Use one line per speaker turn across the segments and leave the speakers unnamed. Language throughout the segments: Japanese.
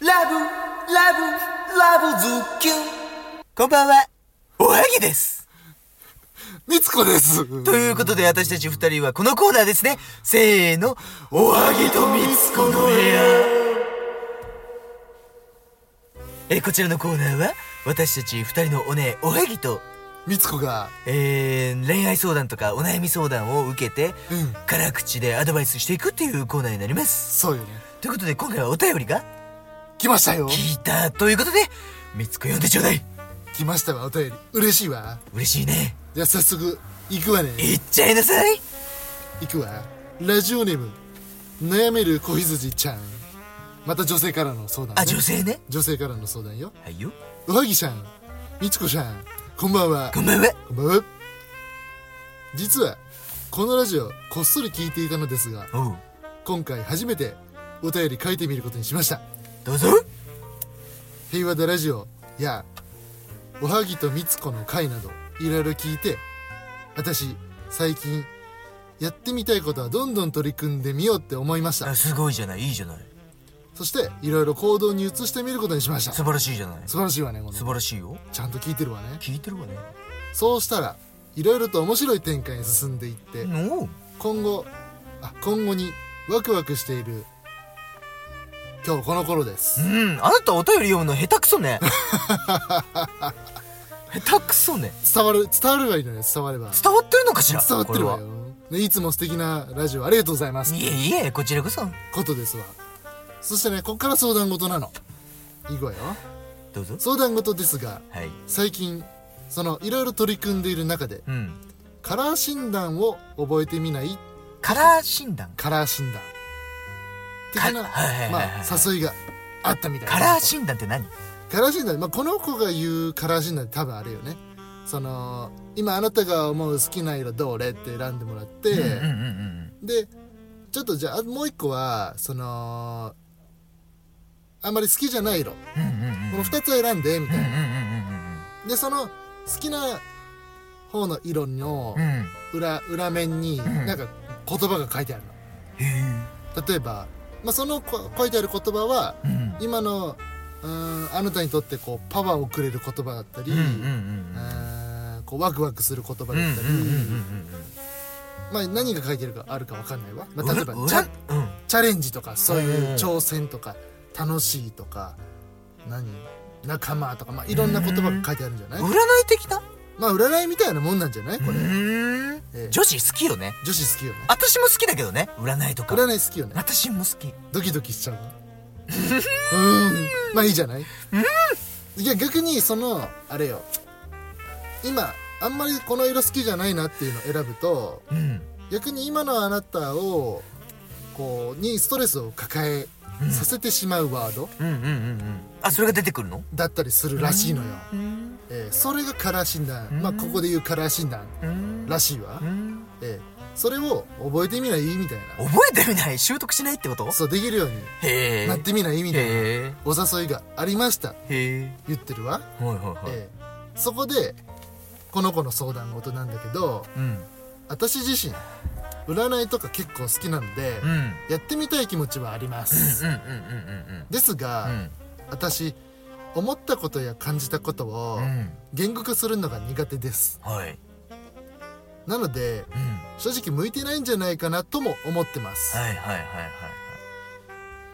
ラブ、ラブ、ラブズキュン。こんばんは、おはぎです。
みつこです。
ということで私たち二人はこのコーナーですね。せーの、おはぎとみつこの部屋。えー、こちらのコーナーは、私たち二人のおねえ、おはぎと、
みつこが、
えー、恋愛相談とかお悩み相談を受けて、
うん
辛口でアドバイスしていくっていうコーナーになります。
そうよね。
ということで今回はお便りが、
来ましたよ。
聞いたということで、みつこ読んでちょうだい。
来ましたわ、お便り。嬉しいわ。
嬉しいね。
じゃあ早速、行くわね。
いっちゃいなさい
行くわ。ラジオネーム、悩める子羊ちゃん。また女性からの相談、ね。
あ、女性ね。
女性からの相談よ。
はいよ。
おはぎちゃん、みつこちゃん、こんばんは。
こんばんは。
こんばんは。実は、このラジオ、こっそり聞いていたのですが、
おう。
今回初めてお便り書いてみることにしました。
どうぞ。
平和だラジオやおはぎとみつこの会などいろいろ聞いて私最近やってみたいことはどんどん取り組んでみようって思いました
あ、すごいじゃない。いいじゃない。
そしていろいろ行動に移してみることにしました
素
素
晴らしいじゃない。
晴らしいわねこの
素晴らしいよ。
ちゃんと聞いてるわね
聞いてるわね。
そうしたらいろいろと面白い展開に進んでいって、
おう。
今後あ今後にワクワクしている今日この頃で
う
す
ん。あなたお便り読むの下手く そね。下手くそね。
伝わる伝わればいいのね伝われば
伝わってるのかしら
伝わってるわ
こ
よねいつも素敵なラジオありがとうございます
れはいえいえ、こちらこそ。
ことですわそしてねこっから相談事なのいくわよ
どうぞ。
相談事ですが
はい。
最近そのいろいろ取り組んでいる中で
うん。
カラー診断を覚えてみない
カラー診断。
カラー診断的な、
かはいはいはい
ま
はい
あ、誘いがあったみたいな
カラー診断って何
カラー診断、まあ、この子が言うカラー診断って多分あれよねその今あなたが思う好きな色どれって選んでもらって、
うんうんうん
でちょっとじゃあもう一個はそのあんまり好きじゃない色こ
うん。うんうんうん。
の2つ選んでみたい
うん
な
うんうん
でその好きな方の色の
うんうん。うん。
裏裏面に
ん
なんか言葉が書いてある
へえ。
の例えば、まあ、そのこ書いてある言葉は
うん。
今のうーんあなたにとってこうパワーをくれる言葉だったり、
うんうんうん
うーんこうワクワクする言葉だっ
うん。うんうんうん
たり、まあ、何が書いてるかあるかわかんないわ、ま
うんうん。
あ、例えば
う
ちゃ
ら
ん
うん。うん
チャレンジとかそう
うん
いう挑戦とか楽しいとか何仲間とか、まあ、いろんな言葉が書いてあるんじゃない、
占い的な
まあ占いみたいなもんなんじゃないこ
う
れ、
ーん
ええ
女子好きよね
女子好きよね
私も好きだけどね占いとか
占い好きよね
私も好き
ドキドキし ちゃうわうーんまあいいじゃないいや逆にそのあれよ今あんまりこの色好きじゃないなっていうのを選ぶと
うん
逆に今のあなたをこうにストレスを抱えさせてしまうワード
うんうんうんうんあそれが出てくるの
だったりするらしいのよ、
うん
えーそれがカラー診断、まあ
うん
ここで言うカラー診断
うん
らしいわ
う、ん
えーそれを覚えてみないみたい
覚えてみない習得しないってこと
なそうできるように
へえ
なってみないみたいな
へ
お誘いがありました
えへ
言ってるわ、
えはいはいはい
えーそこでこの子の相談事なんだけど
うん
私自身占いとか結構好きなので
うんうん
やってみたい気持ちはありま
うん
す
うんうんうん
ですが、
うん
私思ったことや感じたことを
うん
言語化するのが苦手です
はい
なので
うん
正直向いてないんじゃないかなとも思ってます、
はいはいはいはいはい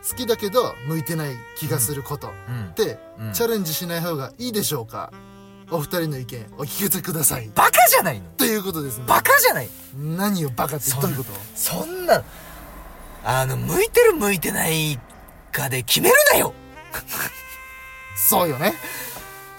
好きだけど向いてない気がすることっ
うん
て、
うん
チャレンジしない方がいいでしょうかお二人の意見お聞かせください
バカじゃないの
ということですね
バカじゃない
何をバカってどういうこと
そんな、あの、向いてる向いてないかで決めるなよ
そうよね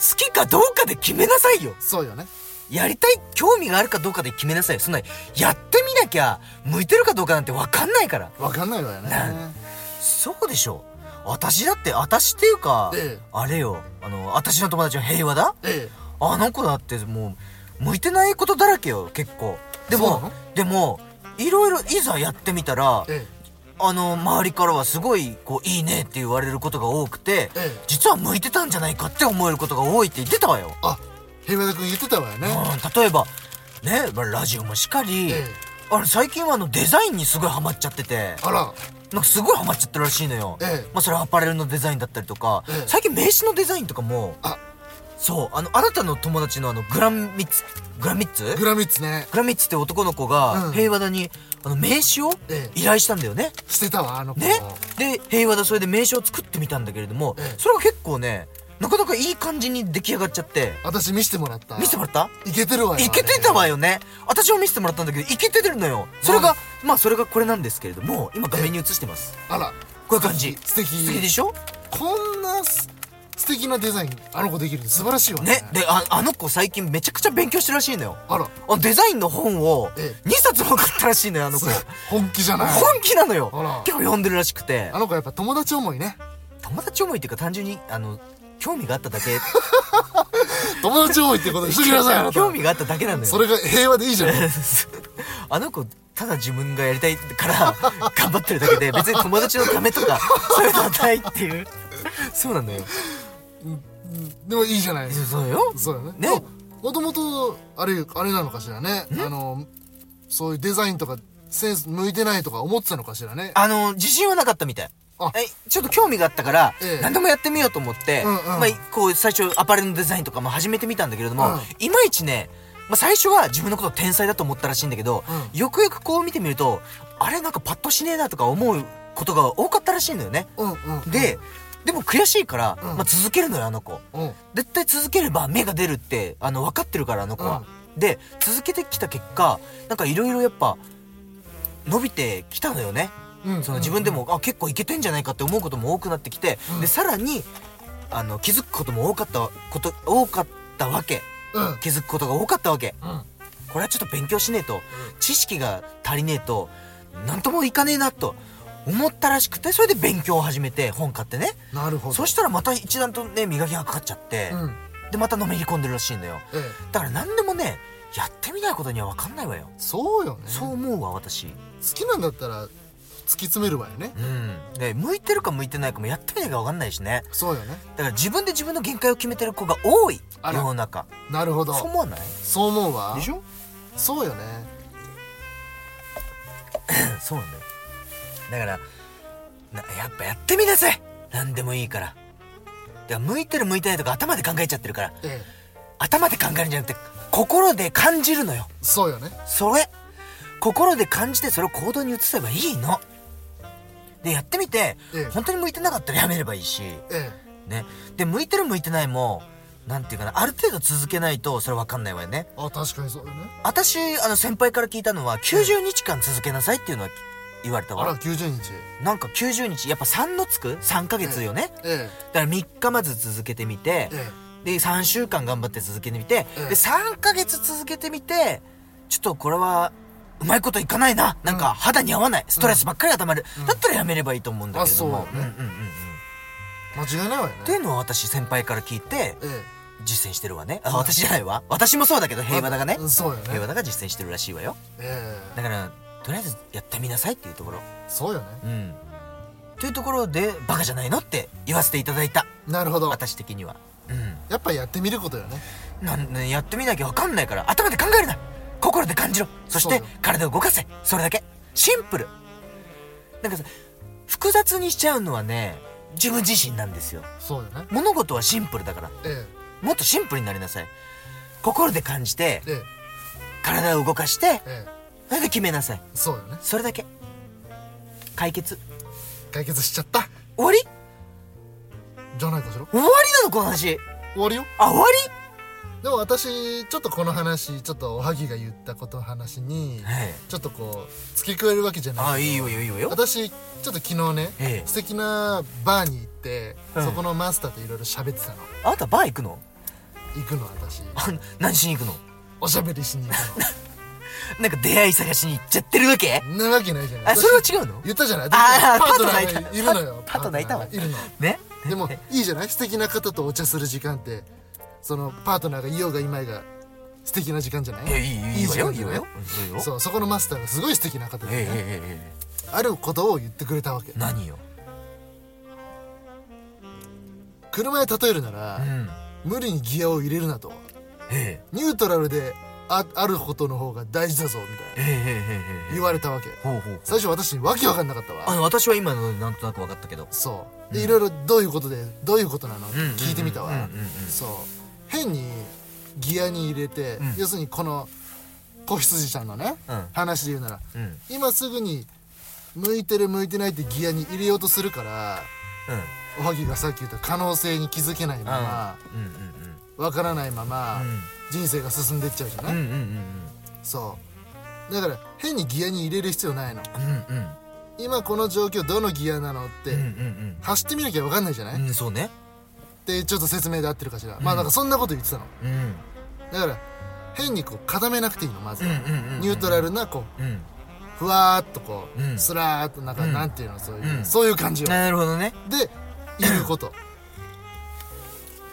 好きかどうかで決めなさいよ
そうよね
やりたい興味があるかどうかで決めなさいよそんな、やってみなきゃ、向いてるかどうかなんてわかんないから。
わかんないわよね
なんそうでしょ私だって、私っていうか、
ええ
あれよ、あの、私の友達は平和だ
え
あの子だってもう、向いてないことだらけよ、結構。で
そうな
も
の、
でも、いろいろいざやってみたら
え、え
あの周りからはすごいこういいねって言われることが多くて、
ええ
実は向いてたんじゃないかって思えることが多いって言ってたわよ。
あ平和田君言ってたわよね
うん、例えばねまあラジオもしかり、
ええ
あれ最近はあのデザインにすごいハマっちゃってて
あら
なんかすごいハマっちゃってるらしいのよ、
ええ
まあ、それはアパレルのデザインだったりとか、
ええ
最近名刺のデザインとかも
あ
そうあのあなたの友達のあのグランミッツグランミッツ
グラミッツね
グラミッツって男の子が
うん
平和田にあの名刺を
ええ
依頼したんだよね、
してたわあの子
ねで平和田それで名刺を作ってみたんだけれども、それが結構ねなかなかいい感じに出来上がっちゃって
私見せてもらった
見せてもらった
いけてるわよ
いけてたわ
よ
よね私も見せてもらったんだけどいけてるのよそれが、まあそれがこれなんですけれども今画面に映してます
あら
こういう感じ
素敵
素敵でしょ
こんなす素敵なデザインあの子できるの素晴らしいわね
ねでああの子最近めちゃくちゃ勉強してるらしいのよ
あら
あデザインの本を
え
2冊も買ったらしいのよあの子
本気じゃない
本気なのよ
あら
結構読んでるらしくて
あの子やっぱ友達思いね
友達思いっていうか単純にあの興味があった だけ
友達思いってことにしてくださいあなた
興味があっただけなのよ
それが平和でいいじゃん
あの子ただ自分がやりたいから頑張ってるだけで別に友達のためとかそういうのはないっていうそうなのよ
でもいいじゃない
そうそうよ
そうだね
ね
あもともとあれあれなのかしらねあのそういうデザインとかセンス向いてないとか思ってたのかしらね
あの自信はなかったみたい
あ
えちょっと興味があったから、
ええ
何でもやってみようと思って、
うんうん
まあ、こう最初アパレルのデザインとかも始めてみたんだけれども、
うん
いまいちね、まあ、最初は自分のこと天才だと思ったらしいんだけど、
う
よくよくこう見てみるとあれなんかパッとしねえなとか思うことが多かったらしいんだよね。
うんうん
で、でも悔しいから、
うん
まあ、続けるのよあの子。
うん
絶対続ければ芽が出るってあの分かってるからあの子は、で続けてきた結果なんかいろいろやっぱ伸びてきたのよね、
うん
その自分でも、あ結構いけてんじゃないかって思うことも多くなってきて、
うん
でさらにあの気づくことも多かったこと多かったわけ
うん
気づくことが多かったわけ
うん
これはちょっと勉強しねえと、知識が足りねえとなんともいかねえなと思ったらしくてそれで勉強を始めて本買ってね
なるほど
そしたらまた一段とね磨きがかかっちゃって、
うん
でまたのめり込んでるらしいのよ
ええ
だから何でもねやってみないことには分かんないわよ、
そうよね
そう思うわ私
好きなんだったら突き詰めるわよね
うんで向いてるか向いてないかもやってみなきゃ分かんないしね
そうよね
だから自分で自分の限界を決めてる子が多い
あ
世
ら
の中
なるほど
そう思わない
そう思うわ
でしょ
そうよね
そうなんだよだからなやっぱやってみなさい何でもいいからだから向いてる向いてないとか頭で考えちゃってるから
ええ
頭で考えるんじゃなくて心で感じるのよ
そうよね
それ心で感じてそれを行動に移せばいいのでやってみて、
ええ
本当に向いてなかったらやめればいいし
え
ねで向いてる向いてないもなんていうかなある程度続けないとそれ分かんないわよね
えあ確かにそうよね
私あの先輩から聞いたのは90日間続けなさいっていうのはき言われた
あら
わ
90日
なんか90日やっぱ3のつく3ヶ月よね
え
だから3日まず続けてみて
ええ
で3週間頑張って続けてみて、
うん
で3ヶ月続けてみてちょっとこれはうまいこといかないななんか肌に合わないストレスばっかりがたまる、だったらやめればいいと思うんだけれども
あ
う
そう
んうんう
ね
んうん
え間違いないわよ
ってい
ね
うのを私先輩から聞いて
ええ
実践してるわねあ私じゃないわ私もそうだけど平和だがね
うんそうよね
平和だが実践してるらしいわよ
え
だからとりあえずやってみなさいっていうところ
えそうよね
うんというところでバカじゃないのって言わせていただいた
なるほど
私的にはうん
やっぱやってみることよね
なんねやってみなきゃ分かんないから頭で考えるな心で感じろそし
そう
て
よ
体を動かせそれだけシンプルなんかさ複雑にしちゃうのはね自分自身なんですよ
そうよね
物事はシンプルだから
え
もっとシンプルになりなさい心で感じて
えええ
体を動かして
え
それで決めなさい
えそうよね
それだけ解決
解決しちゃった
終わり
じゃないかしら
終わりなのこの話
終わるよ
あ終わ
でも私ちょっとこの話ちょっとおはぎが言ったことの話に
りはい
ちょっとこう付け加えるわけじゃない
あいいよいいよいいよ
私ちょっと昨日ね、
ええ
素敵なバーに行って、
うん
そこのマスターといろいろ喋ってたの
あなたバー行くの
行くの私
あ何しに行くの
おしゃべりしに行
なんか出会い探しに行っちゃってるわけ
くのなわけないじゃない
あそれは
私
違うの
言ったじゃない
あー
パートナ
パートナ
ーが
ーいた
いるのよ
パパートナーいたわ
パートナーがいるの
ね
でもいいじゃない素敵な方とお茶する時間ってそのパートナーがいようがいまいが素敵な時間じゃない
いやいいいいわよ
時間
いい
じゃ
わ
な
よそうよ
そうそこのマスターがすごい素敵な方で、
えええ
ね
ええ
あることを言ってくれたわけ
え何よ
車へ例えるなら
う、ん
無理にギアを入れるなと
ええ
ニュートラルでああることの方が大事だぞみたいな
ええええええ
言われたわけ
ほうほう
最初私にわけわかんなかった
あ
わ
の私は今のなんとなく分かったけど
そうでいろいろどういうことでどういうことなのって聞いてみた
うんうんう
わ
んうんうん
そう変にギアに入れて、
うん
要するにこの子羊ちゃんのね、
うん
話で言うなら
うんうん
今すぐに向いてる向いてないってギアに入れようとするからおはぎがさっき言った可能性に気づけないま
うん
まわからないまま
う
人生が進んでっちゃうじゃない、
んうんうんうん
そうだから変にギアに入れる必要ないの
うんうんうん
今この状況どのギアなのって、
うんうん
走ってみなきゃわかんないじゃない、
うんうんそうね
でちょっと説明で合ってるかしら、まあなんかそんなこと言ってたの
うん
だから変にこう固めなくていいのまず、
うんうんうん
ニュートラルなこう
うん
ふわーっとこう、
うん
スラーっとなんか、
うん
なんていうのそういう、
うん
そういう感じをで
なるほどね
いること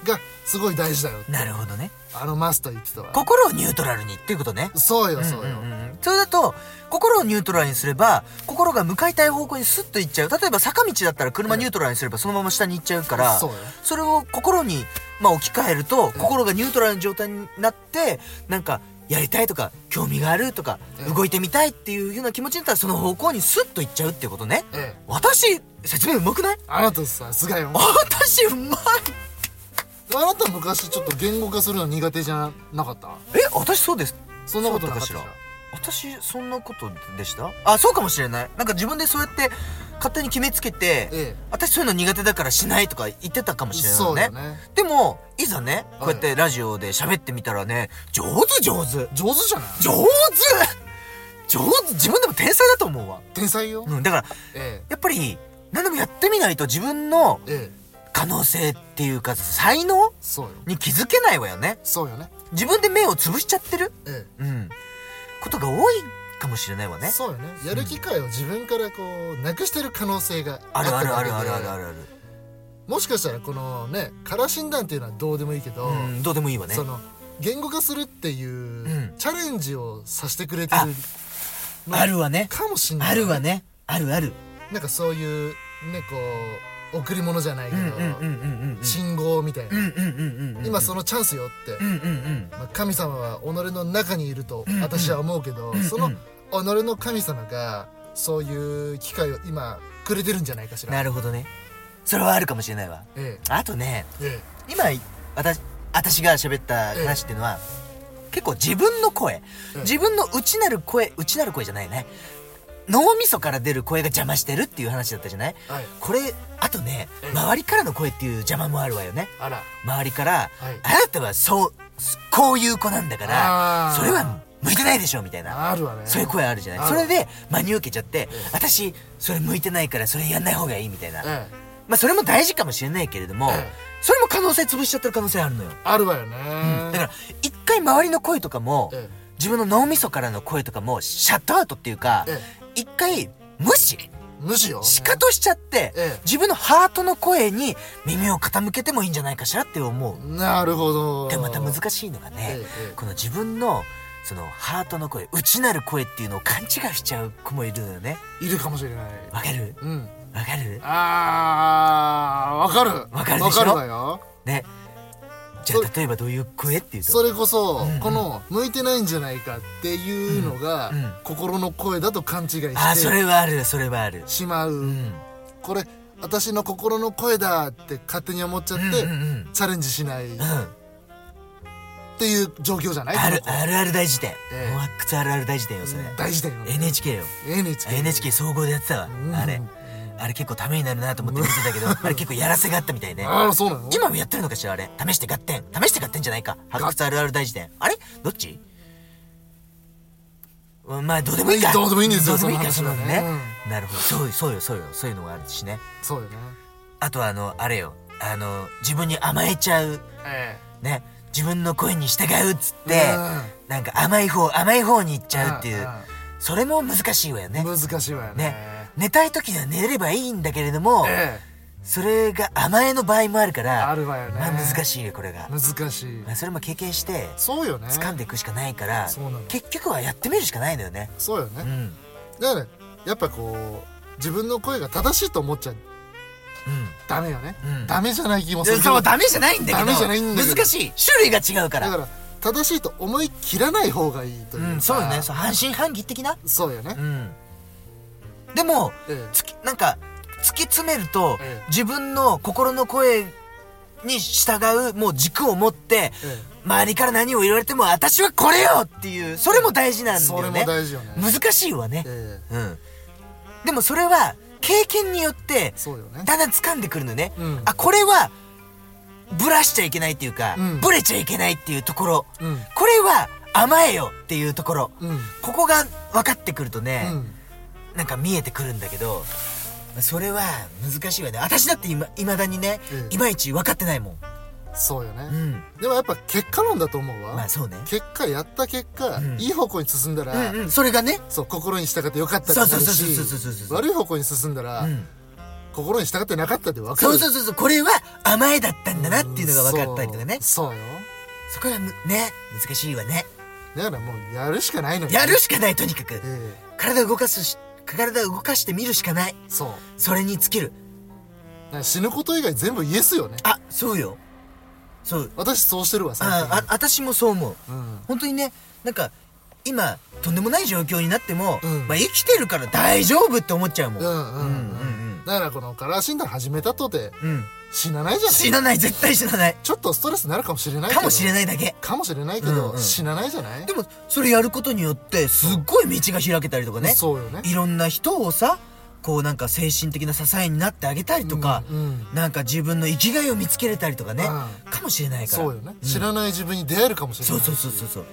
がすごい大事だよ
なるほどね
あのマスター言ってたわ
心をニュートラルにっていうことね
そうよそうよ、
んんんそれだと心をニュートラルにすれば心が向かいたい方向にスッと行っちゃう例えば坂道だったら車ニュートラルにすればそのまま下に行っちゃうから
そうよ
それを心に、まあ、置き換えると心がニュートラルな状態になってなんかやりたいとか興味があるとか
うん
動いてみたいっていうような気持ちになったらその方向にスッと行っちゃうってことね
ええ
私説明うまく ない
あなたさすがよ
私うまい
あなた昔ちょっと言語化するの苦手じゃなかった
え私そうです
そんなことなかったじゃん
そうだ私そんなことでしたあそうかもしれないなんか自分でそうやって勝手に決めつけて、
え
私そういうの苦手だからしないとか言ってたかも
え
しれない
そ
よ
う
ね
よね
でもいざね
い
こうやってラジオで喋ってみたらね上手上手
上手じゃない
上手上手自分でも天才だと思うわ、
天才よ、
うん、だから
え
やっぱり何でもやってみないと自分の
えええ
可能性っていうか才能
そうよ
に気づけないわよね
そうよね
自分で目をつぶしちゃってる
え
うんことが多いかもしれないわ
え
ね
そうよねやる機会を自分からこうなくしてる可能性が
あるあるあるある
っただけ
ある
で
あるある、
もしかしたらこのねカラー診断っていうのはどうでもいいけど、
うん、どうでもいいわね
その言語化するっていう、
ん
チャレンジをさせてくれてるの
あるわね
かもしんない
あるわねあるある
なんかそういうねこう贈り物じゃないけど、
うん
信号みたいな、
うんうんうんうん
今そのチャンスよって、
うんうんうん
まあ、神様は己の中にいると私は思うけど、
んうん
その己の神様がそういう機会を今くれてるんじゃないかしら。
なるほどねそれはあるかもしれないわ
え
あとね
ええ
今私私が喋った話っていうのは、結構自分の声、
ええ
自分の内なる声内なる声じゃないね脳みそから出る声が邪魔してるっていう話だったじゃない
えはい、
これあとね、
ええ
周りからの声っていう邪魔もあるわよね
あら
周りから、
はい
あなたはそうこういう子なんだから
あー
それは向いてないでしょみたいな
あるわね
そういう声あるじゃない
あ
そ
る
れで真に受けちゃって、
え
私それ向いてないからそれやんない方がいいみたいな、
ええ
まあそれも大事かもしれないけれど
え
も、
え
それも可能性潰しちゃってる可能性あるのよ、
あるわよね、
だから一回周りの声とかも、
え
自分の脳みそからの声とかもシャットアウトっていうか、
え
一回無視
無視よ
しかとしちゃって、
ええ
自分のハートの声に耳を傾けてもいいんじゃないかしらって思う、
なるほど
でもまた難しいのがね、
ええええ
この自分のそのハートの声内なる声っていうのを勘違いしちゃう子もいるのよね
いるかもしれない
わかる
うん
わかる
あーわかる
わかるでしょ
わかるわよ
ねじゃ
それ
あ例えばどういう声っていうと
それこそ、
うんうん
この向いてないんじゃないかっていうのが、
うんうん
心の声だと勘違い
あー
し
そ
て
れはあるそれはある
しまう、
うん
これ私の心の声だって勝手に思っちゃっ
う
て、
んうんうん
チャレンジしないっ
うん
ていう状況じゃない
ある
この子
あるある大事典
ええ
もう発掘あるある大事典よそれ
大事だよね
NHK よ
NHK,
NHK 総合でやってたわ
うん
あれあれ結構ためになるなと思って見てたけどあれ結構やらせがあったみたいね
ああそうなの
今もやってるのかしらあれ試して合点試して合点じゃないか発掘あるある大事典あれどっちうんまあどうでもいいか
どうでもいいんですよ
どうでもいいか
そ
そ
の
の
話はね
ねなるほどそうそうよそうよそういうのがあるしね
そうよね
あとはあのあれよあの自分に甘えちゃう
え
ね自分の声に従うっつっ
え
て
う
なんか甘い方甘い方に行っちゃうってい
ん
うそれも難しいわよね
ん難しいわよね
ね寝たい時には寝ればいいんだけれども
え
それが甘えの場合もあるか
えあ
ら
るわよね、
まあ難しいよこれが
難しい
まあそれも経験して
そうよね
掴んでいくしかないから
そうなの
結局はやってみるしかないのよね
そうよ
う
ね、
ん
だからやっぱこう自分の声が正しいと思っちゃダメよね、
うん
ダメじゃない気も
うん
す
で
る
そうダメじゃないんだけど
ダメじゃないんだけど
難しい種類が違うか
だからら正しいと思い切らない方がいいという
う
か、
んそうよねそう半信半疑的な
そうよね
う、んでも
え
つきなんか突き詰めると、
ええ
自分の心の声に従うもう軸を持って、
ええ
周りから何を言われても私はこれよっていうそれも大事なん
え
だ
それ
よ
も
ね
大事よね、
難しいわね、
ええ
うんでもそれは経験によって
そうよね
だんだん掴んでくるのね、
うん
あこれはブラしちゃいけないっていうか、
うん
ブレちゃいけないっていうところ、
うん
これは甘えよっていうところ、
うん
ここが分かってくるとね、
うん
なんか見えてくるんだけどそれは難しいわね私だっていま未だにね、
うん
いまいち分かってないもん
そうよね、
うん
でもやっぱ結果論だと思うわ、
まあそうね
結果やった結果、
うん
いい方向に進んだ
う
ら、
んうんそれがね
そう心に従ってよかったってなる
そうそう
し
そうそうそうそうそう
悪い方向に進んだら、
うん
心に従ってなかったって分か
そ
る
うそうそうそうこれは甘えだったんだなっていうのが分かったりとかね
そうそうよ
そこがむね難しいわね
だからもうやるしかないのよ
やるしかないとにかく
え
体を動かすし体を動かしてみるしかない
えそう
それに尽きる
だから死ぬこと以外全部イエスよね
あそうよそう
私そうしてるわ最
あ
近
あ私もそう思う
うん
本当にねなんか今とんでもない状況になっても、
うん
まあ生きてるから大丈夫って思っちゃうもん、
うんうんう
うんうんうん
んだからこのカラー診断始めたとて
うん
死なないじゃん
死なない絶対死なない
ちょっとストレスになるかもしれないけど
かもしれ
い
ないだけ
かもしれないけど、
うんうん
死なないじゃない
でもそれやることによってすっごい道が開けたりとかね
そうよね
いろんな人をさこうなんか精神的な支えになってあげたりとか、
うんうん
なんか自分の生きがいを見つけれたりとかね、
う
かもしれないから
そうよね、
ん
知らない自分に出会えるかもしれ
そ
な
う
い
そうそうそうそう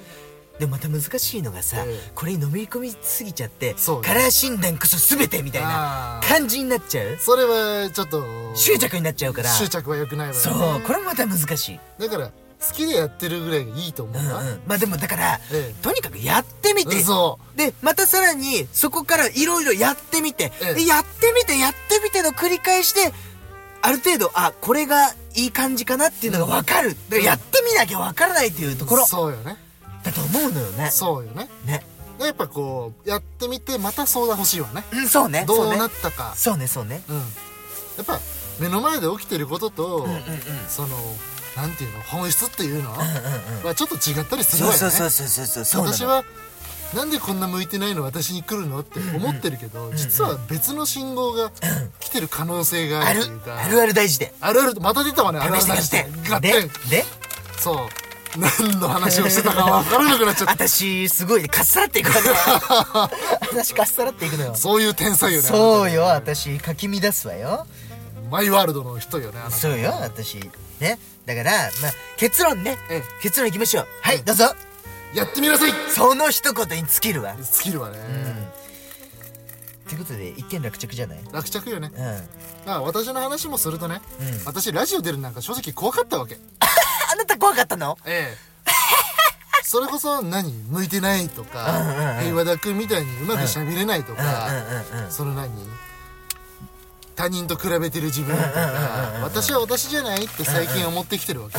でまた難しいのがさ、
ええ
これに飲み込みすぎちゃって
そうよ
カラー診断こそ全てみたいな
あー
感じになっちゃう
それはちょっと
執着になっちゃうから
執着は良くないわよね
そうこれもまた難しい、
だから好きでやってるぐらいがいいと思う
うんうん
な、
まあでもだから、
ええ
とにかくやってみて
そ
でまたさらにそこからいろいろやってみて、
ええ
でやってみてやってみての繰り返しである程度あこれがいい感じかなっていうのが分かる、だからやってみなきゃ分からないっていうところ
そうよね
だと思うのよね
そうよね
ね
やっぱこうやってみてまた相談欲しいわね
うんそうね
ど
そう
う
ね
なったか
そうねそうね
うんやっぱ目の前で起きてることと、
うんうんうん
そのなんていうの本質っていうの、
うん
はちょっと違ったりする
そ
わ
う
よね
そうそうそうそうそうそうなの
私はなんでこんな向いてないの私に来るのって思ってるけど、実は別の信号が来てる可能性があ
あ
る
る
というか
あるある大事で
あるあるまた出たわねあるあ
試
る
して
出
貸して
ガッ
で
テン
で
そう何の話をしてたか分からなくなっちゃ っ
私すごいねかっさらっていくのよ私かっさらっていくのよ
た そういう天才よね
そうよ
あなたね
私かき乱すわよ
マイワールドの人よねあなた
そうよ私ねだからまあ結論ね
ええ
結論いきましょうは
ええ
いどうぞ
やってみなさい
その一言に尽きるわ
スキルはね、
ってことで一件落着じゃないうん
落着よね
あ
まあ私の話もするとね、
うん
私ラジオ出るなんか正直怖かったわけ
あなた怖かったの
ええ それこそ何向いてないと
うんうんう
か
ん
平和田君みたいにうまくしゃべれないと
うん
か
うんうんうん
その何他人と比べてる自分とか私は私じゃないって最近思ってきてるわけ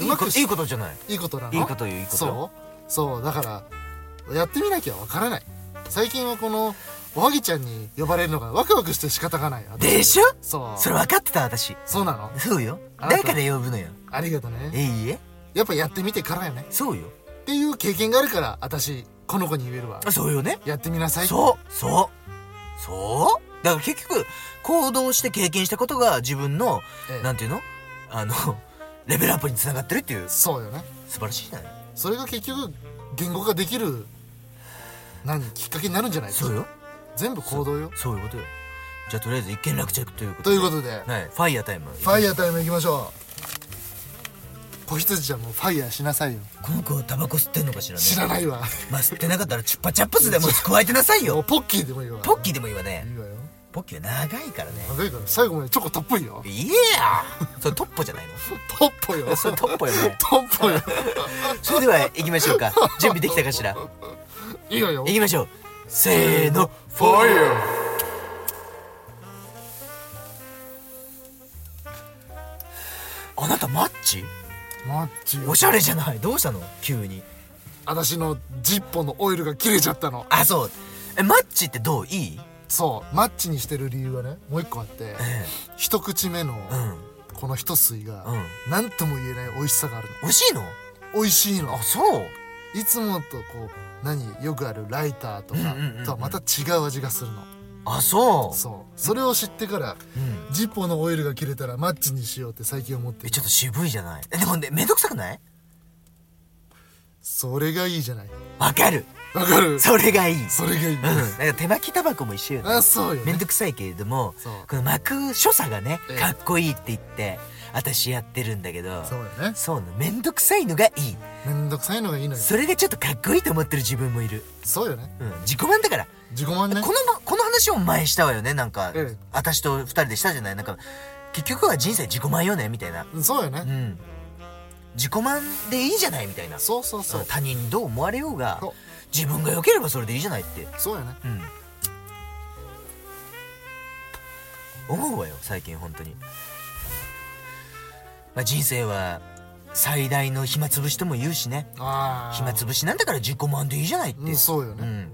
うまくし
いいことじゃない
いいことなの
いいことよいいことよ
そうそうだからやってみなきゃわからない最近はこのおはぎちゃんに呼ばれるのがワクワクして仕方がない
でしょ
そう
それ分かってた私
そうなの
そうよ
あな
誰
た
かで呼ぶのよ
ありがとね
えいえ
やっぱやってみてからよね
そうよ
っていう経験があるから私この子に言えるわ
あそうよね
やってみなさい
そうそうそうだから結局行動して経験したことが自分の、
ええ
なんていうのあの レベルアップにつながってるっていう素
そうよね
晴らしいじゃない
それが結局言語化できる何きっかけになるんじゃないです
そ
か
うよ
全部行動よ
そういうことよじゃあとりあえず一件落着ということ
ということで
とはいファイヤータイム
ファイヤータイムいきましょう子羊ちゃんもファイヤーしなさいよ
この子タバコ吸ってんのかしらね
知らないわ
まあ吸ってなかったらチュッパチャップスでも加えてなさい
もう
よ
ポッキーでもいいわ
ポッキーでもいいわね
いいわよ
ポッキーは長いからね
長いから最後までチョコたっぷりよ
いやそれトッポじ ゃないの
トッポよ
それトッポよね
トッポよ
それでは行きましょうか準備できたかし ら
いいわよ
行きましょうせーのファイヤーあなたマッチ
マッチよ
おしゃれじゃないどうしたの急に
私のジッポのオイルが切れちゃったの
あそうえマッチってどういい
そうマッチにしてる理由はねもう一個あって、
え
一口目の
うん
この一吸いが
うん
何とも言えない美味しさがあるの
美味しいの
美味しいの
あそう
いつもとこう何よくあるライターとか
うんうんうんうん
とはまた違う味がするの
あそ
そうそれを知ってから
う、うん、
ジッポーのオイルが切れたらマッチにしようって最近思って
え
る
ちょっと渋いじゃないえでもねめんどくさくない
それがいいじゃない
わかる
わかる
それがいい
それがいい、
うん、なんか手巻きタバコも一緒よね
あそうよ
めん
ね
どくさいけれども
そう
この巻く所作がね
ええ
かっこいいって言って私やってるんだけど
そうよね
そうねめんどくさいのがいい
めんどくさいのがいいのよ
それがちょっとかっこいいと思ってる自分もいる、
そうよね
うん、自己満だから、
自己満ね
このこの話を前したわよねなんか、
ええ
私と二人でしたじゃないなんか結局は人生自己満よねみたいな
そうよね、
うん自己満でいいじゃないみたいな
そうそうそう、
うん他人にどう思われようが
そう
自分が良ければそれでいいじゃないって
そうよね
うん思うわよ最近本当にまあ人生は最大の暇つぶしとも言うしね
ああ
暇つぶしなんだから自己満でいいじゃないって、
うんそうよ
う
ね、
ん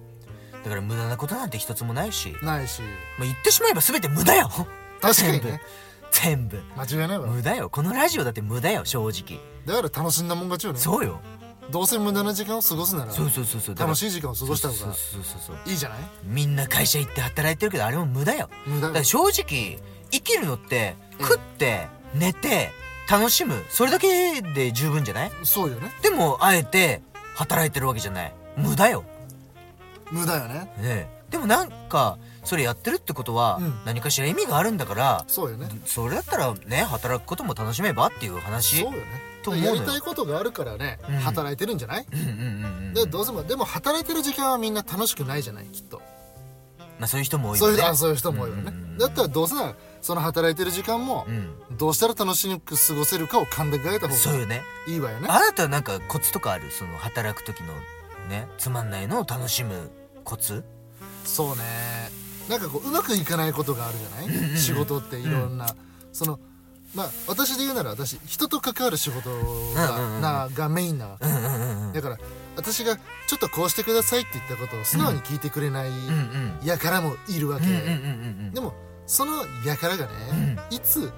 だから無駄なことなんて一つもないし、ま
ないし
あ、言ってしまえば全て無駄よ
確かにね
全部
間違いないわ
無駄よこのラジオだって無駄よ正直
だから楽しんだもん勝ちよね
そうよ
どうせ無駄な時間を過ごすなら
そうそうそうそうだから
楽しい時間を過ごした方
そう
が
そうそうそう
いいじゃない
みんな会社行って働いてるけどあれも無駄よ
無駄
だから正直生きるのって食って寝て楽しむそれだけで十分じゃない
そうよね
でもあえて働いてるわけじゃない無駄よ、
無駄よね
ねえ、でもなんかそれやってるってことは
うん
何かしら意味があるんだから、
そうよね
それだったらね働くことも楽しめばっていう話
そうよ
う
ね
と思うの
や
よ
りたいことがあるからね、
うん
働いてるんじゃない、
んうんうんうん
でどうせもでも働いてる時間はみんな楽しくないじゃないきっと
まあ、そういう人も多い
そう
よ
いう
ね
あそういう人も多いよね、
うんうんうん
だったらどうせならその働いてる時間も
う、ん
どうしたら楽しく過ごせるかを考えた
そ
方
う
が
よね
いいわよね
あなたはなんかコツとかあるその働く時のねつまんないのを楽しむコツ
そうねなんかこううまくいかないことがあるじゃない仕事っていろんな、そのまあ私で言うなら私人と関わる仕事が,、
うんうんうん
ながメインなわけ
うんうんうんうん
だから私がちょっとこうしてくださいって言ったことを素直に聞いてくれない
うんうん
やからもいるわ
う
け、
んうんうんうん
でもそのやからがね、いつ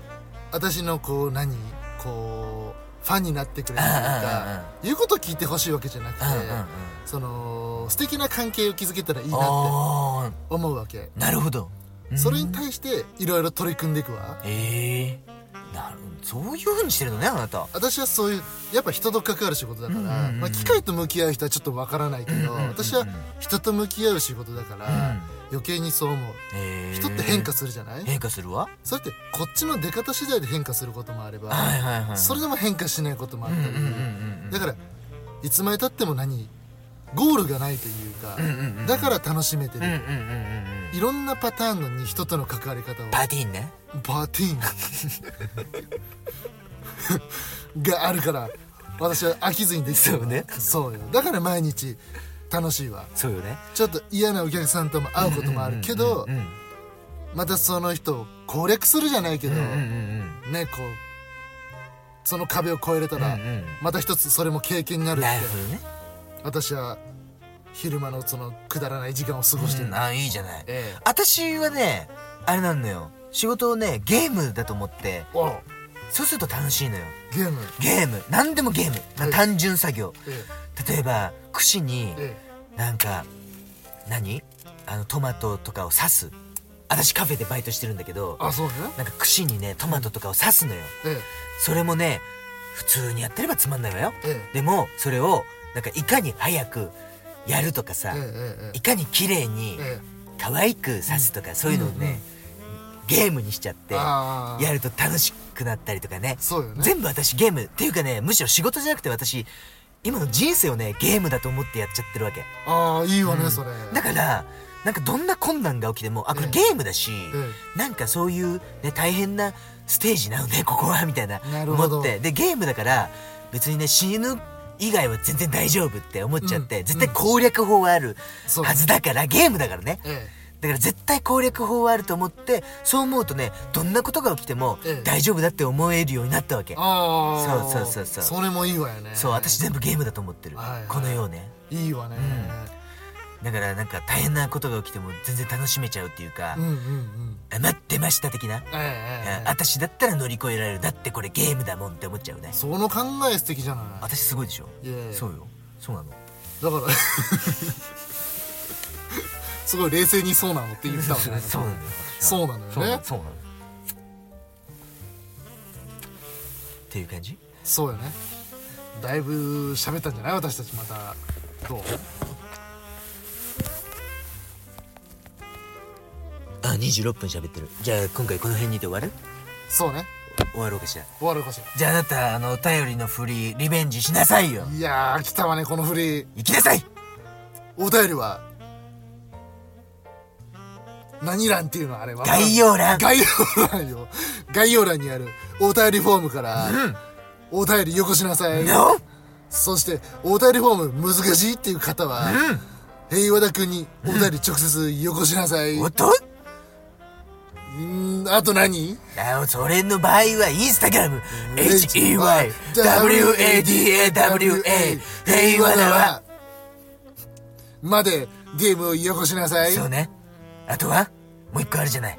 私のこう何こうファンになってくれるとか言うことを聞いてほしいわけじゃなくて、
うんうんうん
その素敵な関係を築けたらいいなって
あ
思うわけ
あなるほど
それに対していろいろ取り組んでいくわ
ええなるそういう風にしてるのねあなた
私はそういうやっぱ人と関わる仕事だから、
うんうんうん
まあ、機械と向き合う人はちょっとわからないけど、
うんうんうん
私は人と向き合う仕事だから、
うん
余計にそう思う
ええ
人って変化するじゃない、
変化するわ
それってこっちの出方次第で変化することもあれば、
はいはいはい
それでも変化しないこともあったり、
うんうんうんうん
だからいつまでたっても何ゴールがないというか、
うんうんうん
だから楽しめて
うんうんう
る、
んうんうん
いろんなパターンのに人との関わり方を
パーティーね
バーティーンがあるから私は飽きずにできてるわ
そうね
そうよだから毎日楽しいわ
そうよね
ちょっと嫌なお客さんとも会うこともあるけど、
うんうん
またその人を攻略するじゃないけど、
うんうん
ねこうその壁を越えれたら、
うんうん
また一つそれも経験にな
うん
るって
なるほどね
私は昼間のそのくだらない時間を過ごしてる、
うんあいいじゃない
ええ
私はねあれなのよ仕事をねゲームだと思って
おう
そうすると楽しいのよ
ゲーム
ゲーム何でもゲーム、まあ
ええ
単純作業
ええ
例えば串に
え
なんか何あのトマトとかを刺す私カフェでバイトしてるんだけど
あそうね
なんか串にねトマトとかを刺すのよ
え
それもね普通にやってればつまんないわよ
えええ
でもそれをなんかいかに早くやるとかさ
ええええ
いかに綺麗に
え
可愛く刺すとかそういうのをねゲームにしちゃってや
ああ
ると楽しくなったりとかね
そうよね
全部私ゲームっていうかねむしろ仕事じゃなくて私今の人生をねゲームだと思ってやっちゃってるわけ
ああいいわね、
うん
それ
だからなんかどんな困難が起きてもあこれ
ええ
ゲームだし、
え
なんかそういう、ね、大変なステージなのねこ こはみたいな
なるほど
思ってでゲームだから別にね死ぬ以外は全然大丈夫って思っちゃって、
うん
絶対攻略法はある
そう
はずだから、ゲームだからね
え
だから絶対攻略法はあると思ってそう思うとねどんなことが起きても
ええ
大丈夫だって思えるようになったわけ
え、ああ
そうそうそうそう
それもいいわよね
そう私全部ゲームだと思ってる、
はいはい
このようね
いいわね、
だからなんか大変なことが起きても全然楽しめちゃうっていうか、
うん、うんうん
待ってました的な、
ええええええ
私だったら乗り越えられるだってこれゲームだもんって思っちゃうね
その考え素敵じゃない
私すごいでしょ
いやいや
そうよそうなの
だから すごい冷静にそうなのって言ったもんね
そうなのよ
そうなのよね
そうなのそうなのっていう感じ
そうよねだいぶ喋ったんじゃない私たちまたどう
あ26分喋ってるじゃあ今回この辺にて終わる
そうね
終わろうかしら
終わるかし
じゃああなたあの頼りの振りリベンジしなさいよ
らいやー来たわねこの振り
行きなさい
お便りは何欄っていうのあれは
概要欄
概要欄よ概要欄にあるお便りフォームから、お便りよこしなさい
の
そしてお便りフォーム難しいっていう方は、平和田君にお便り直接よこしなさい、
おと
うん、あと何
あそれの場合はインスタグラム HEYWADAWA 平和だわ
まで DM をよこしなさい
そうねあとはもう一個あるじゃない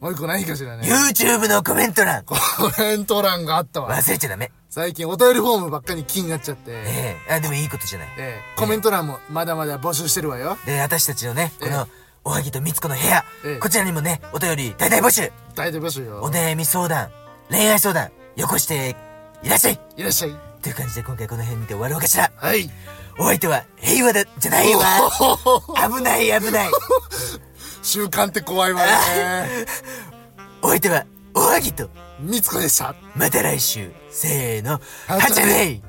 もう一個何かしらね
YouTube のコメント欄
コメント欄があったわ
忘れちゃダメ
最近お便りフォームばっかり気になっちゃって、
ええあでもいいことじゃない
ええコメント欄もまだまだ募集してるわよ
で私たちのね
え
このおはぎとみつこの部屋
ええ
こちらにもねお便り大々募集
大体募集
お
よ
悩み相談恋愛相談よこしていらっしゃい
いらっしゃい
という感じで今回この辺で終わろうかしら
はい
お相手は平和だじゃないわ危ない危ない
習慣って怖いわね
お相手はおはぎと
みつこでした
また来週せーの
は
は
ち
ち
ゃ
ゃ
め
めい